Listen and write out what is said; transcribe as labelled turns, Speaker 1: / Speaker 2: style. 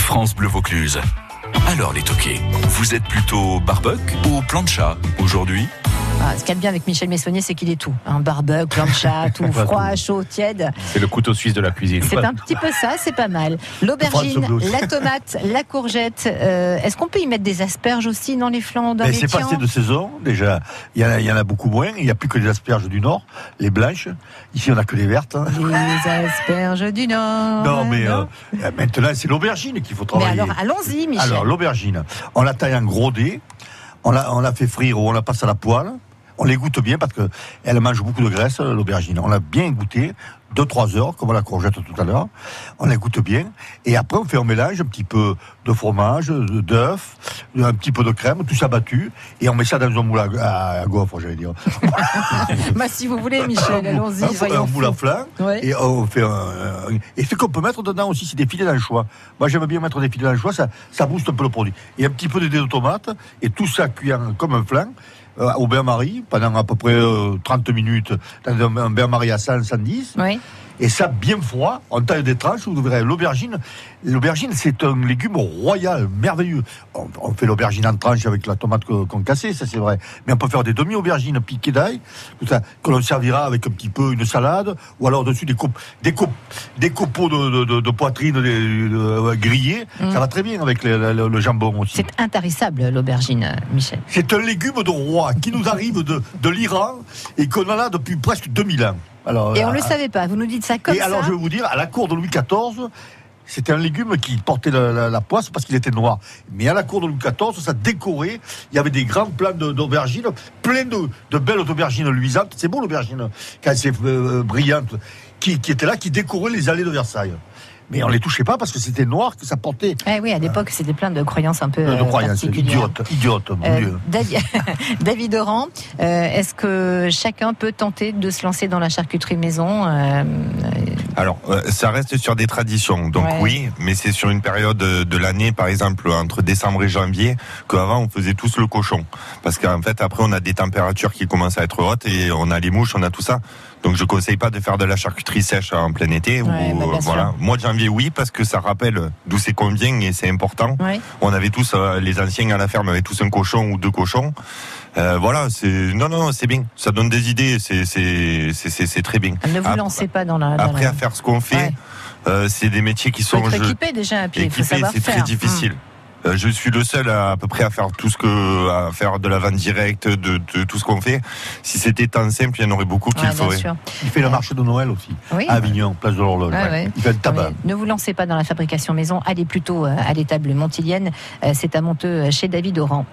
Speaker 1: France Bleu Vaucluse. Alors les toqués, vous êtes plutôt barbecue ou plancha aujourd'hui
Speaker 2: Ah, ce qu'il y a de bien avec Michel Messonnier, c'est qu'il est tout. Un barbecue, plan de chat, tout froid, chaud, tiède.
Speaker 3: C'est le couteau suisse de la cuisine.
Speaker 2: C'est un petit peu ça, c'est pas mal. L'aubergine, la tomate, la courgette. euh, Est-ce qu'on peut y mettre des asperges aussi dans les flancs, dans
Speaker 4: Mais
Speaker 2: les
Speaker 4: c'est
Speaker 2: tiens
Speaker 4: passé de saison, déjà. Il y, en a- il y en a beaucoup moins. Il n'y a plus que les asperges du Nord, les blanches. Ici, on n'a que les vertes. hein.
Speaker 2: Les asperges du Nord.
Speaker 4: Non, mais
Speaker 2: Ah Non.
Speaker 4: euh, maintenant, c'est l'aubergine qu'il faut
Speaker 2: Mais
Speaker 4: travailler.
Speaker 2: alors, allons-y, Michel.
Speaker 4: Alors, l'aubergine, on la taille en gros dés, on la, on la fait frire ou on la passe à la poêle. On l'égoutte bien parce qu'elle mange beaucoup de graisse, l'aubergine. On l'a bien goûté, 2-3 heures, comme la courgette tout à l'heure. On l'égoutte bien. Et après, on fait un mélange, un petit peu de fromage, de- d'œuf, un petit peu de crème, tout ça battu. Et on met ça dans un moule à, à- à gaufre, j'allais dire.
Speaker 2: Bah, si vous
Speaker 4: Ah,
Speaker 2: voulez, Michel, allons-y.
Speaker 4: Un- un
Speaker 2: soyons
Speaker 4: moule à
Speaker 2: fous.
Speaker 4: flan.
Speaker 2: Ouais.
Speaker 4: Et euh, on fait un- un- et ce qu'on peut mettre dedans aussi, c'est des filets d'anchois. Moi, j'aime bien mettre des filets d'anchois, ça, ça booste un peu le produit. Et un petit peu de dés de tomates, et tout ça cuit en- comme un flan, euh, au bain-marie, pendant à peu près euh, 30 minutes, dans un, un bain-marie à 100, 110.
Speaker 2: Oui.
Speaker 4: Et ça, bien froid, on taille des tranches, vous verrez l'aubergine. L'aubergine, c'est un légume royal, merveilleux. On, on fait l'aubergine en tranches avec la tomate que- qu'on cassait, ça c'est vrai. Mais on peut faire des demi-aubergines piquées d'ail, tout ça, que l'on servira avec un petit peu une salade, ou alors dessus des, cop- des, cop- des copeaux de, de- de- de poitrine des- de- grillés. Ça va très bien avec le, le- le jambon aussi.
Speaker 2: Mm. C'est intarissable, l'aubergine, euh, Michel.
Speaker 4: C'est un légume de roi qui nous arrive de, de l'Iran et qu'on en a depuis presque 2000 ans. Alors, euh,
Speaker 2: Et on ne le
Speaker 4: à-
Speaker 2: savait pas. Vous nous dites ça comme
Speaker 4: et
Speaker 2: ça.
Speaker 4: alors, je vais vous dire, à la cour de Louis XIV, c'était un légume qui portait la, la- la poisse parce qu'il était noir. Mais à la cour de Louis XIV, ça décorait. Il y avait des grands plans de- d'aubergines, plein de, de belles aubergines luisantes. C'est beau l'aubergine, quand c'est euh, brillante, qui, qui était là, qui décorait les allées de Versailles. Mais on les touchait pas parce que c'était noir, que ça portait
Speaker 2: Eh oui, à l'époque, c'était plein de croyances un peu.
Speaker 4: euh, de
Speaker 2: euh,
Speaker 4: croyances.
Speaker 2: particulières.
Speaker 4: Idiote, idiote, mon
Speaker 2: Euh,
Speaker 4: Dieu.
Speaker 2: Davi- David Oran, euh, est-ce que chacun peut tenter de se lancer dans la charcuterie maison euh,
Speaker 5: Alors, euh, ça reste sur des traditions, donc
Speaker 2: Ouais.
Speaker 5: oui, mais c'est sur une période euh, de l'année, par exemple entre décembre et janvier, qu'avant on faisait tous le cochon, parce qu'en fait après on a des températures qui commencent à être hautes et on a les mouches, on a tout ça. Donc je conseille pas de faire de la charcuterie sèche en plein été.
Speaker 2: Ouais,
Speaker 5: ou,
Speaker 2: bah, bien
Speaker 5: euh, voilà. Mois de janvier, oui, parce que ça rappelle d'où c'est qu'on vient et c'est important.
Speaker 2: ouais.
Speaker 5: On avait tous euh, les anciens à la ferme avaient tous un cochon ou deux cochons. Euh, voilà, c'est non non, non, c'est bien, ça donne des idées, c'est c'est c'est c'est- c'est très bien.
Speaker 2: Ah, Ne vous
Speaker 5: Après-
Speaker 2: lancez pas Ah, dans la. dans
Speaker 5: Après,
Speaker 2: la-
Speaker 5: à faire ce qu'on fait,
Speaker 2: Ouais.
Speaker 5: euh, c'est des métiers qui
Speaker 2: Faut
Speaker 5: sont
Speaker 2: être
Speaker 5: je-
Speaker 2: équipé déjà à pied, faut
Speaker 5: équipés,
Speaker 2: savoir
Speaker 5: c'est très
Speaker 2: faire. Hum.
Speaker 5: difficile. Euh, Je suis le seul à, à peu près à faire tout ce que à faire de la vente directe, de, de tout ce qu'on fait. Si c'était tant simple, il y en aurait beaucoup
Speaker 2: Mm.
Speaker 5: qui
Speaker 2: Ouais,
Speaker 5: le
Speaker 2: bien
Speaker 5: feraient.
Speaker 2: sûr.
Speaker 4: Il fait le marché de Noël aussi,
Speaker 2: Oui.
Speaker 5: Ah,
Speaker 4: à Avignon, place de l'horloge.
Speaker 2: Ouais, ouais. Ah
Speaker 4: Il fait le tabac.
Speaker 2: Oui, Ne vous lancez pas dans la fabrication maison, allez plutôt euh, à l'étable montilienne. Euh, C'est à Monteux, euh, chez David Oran.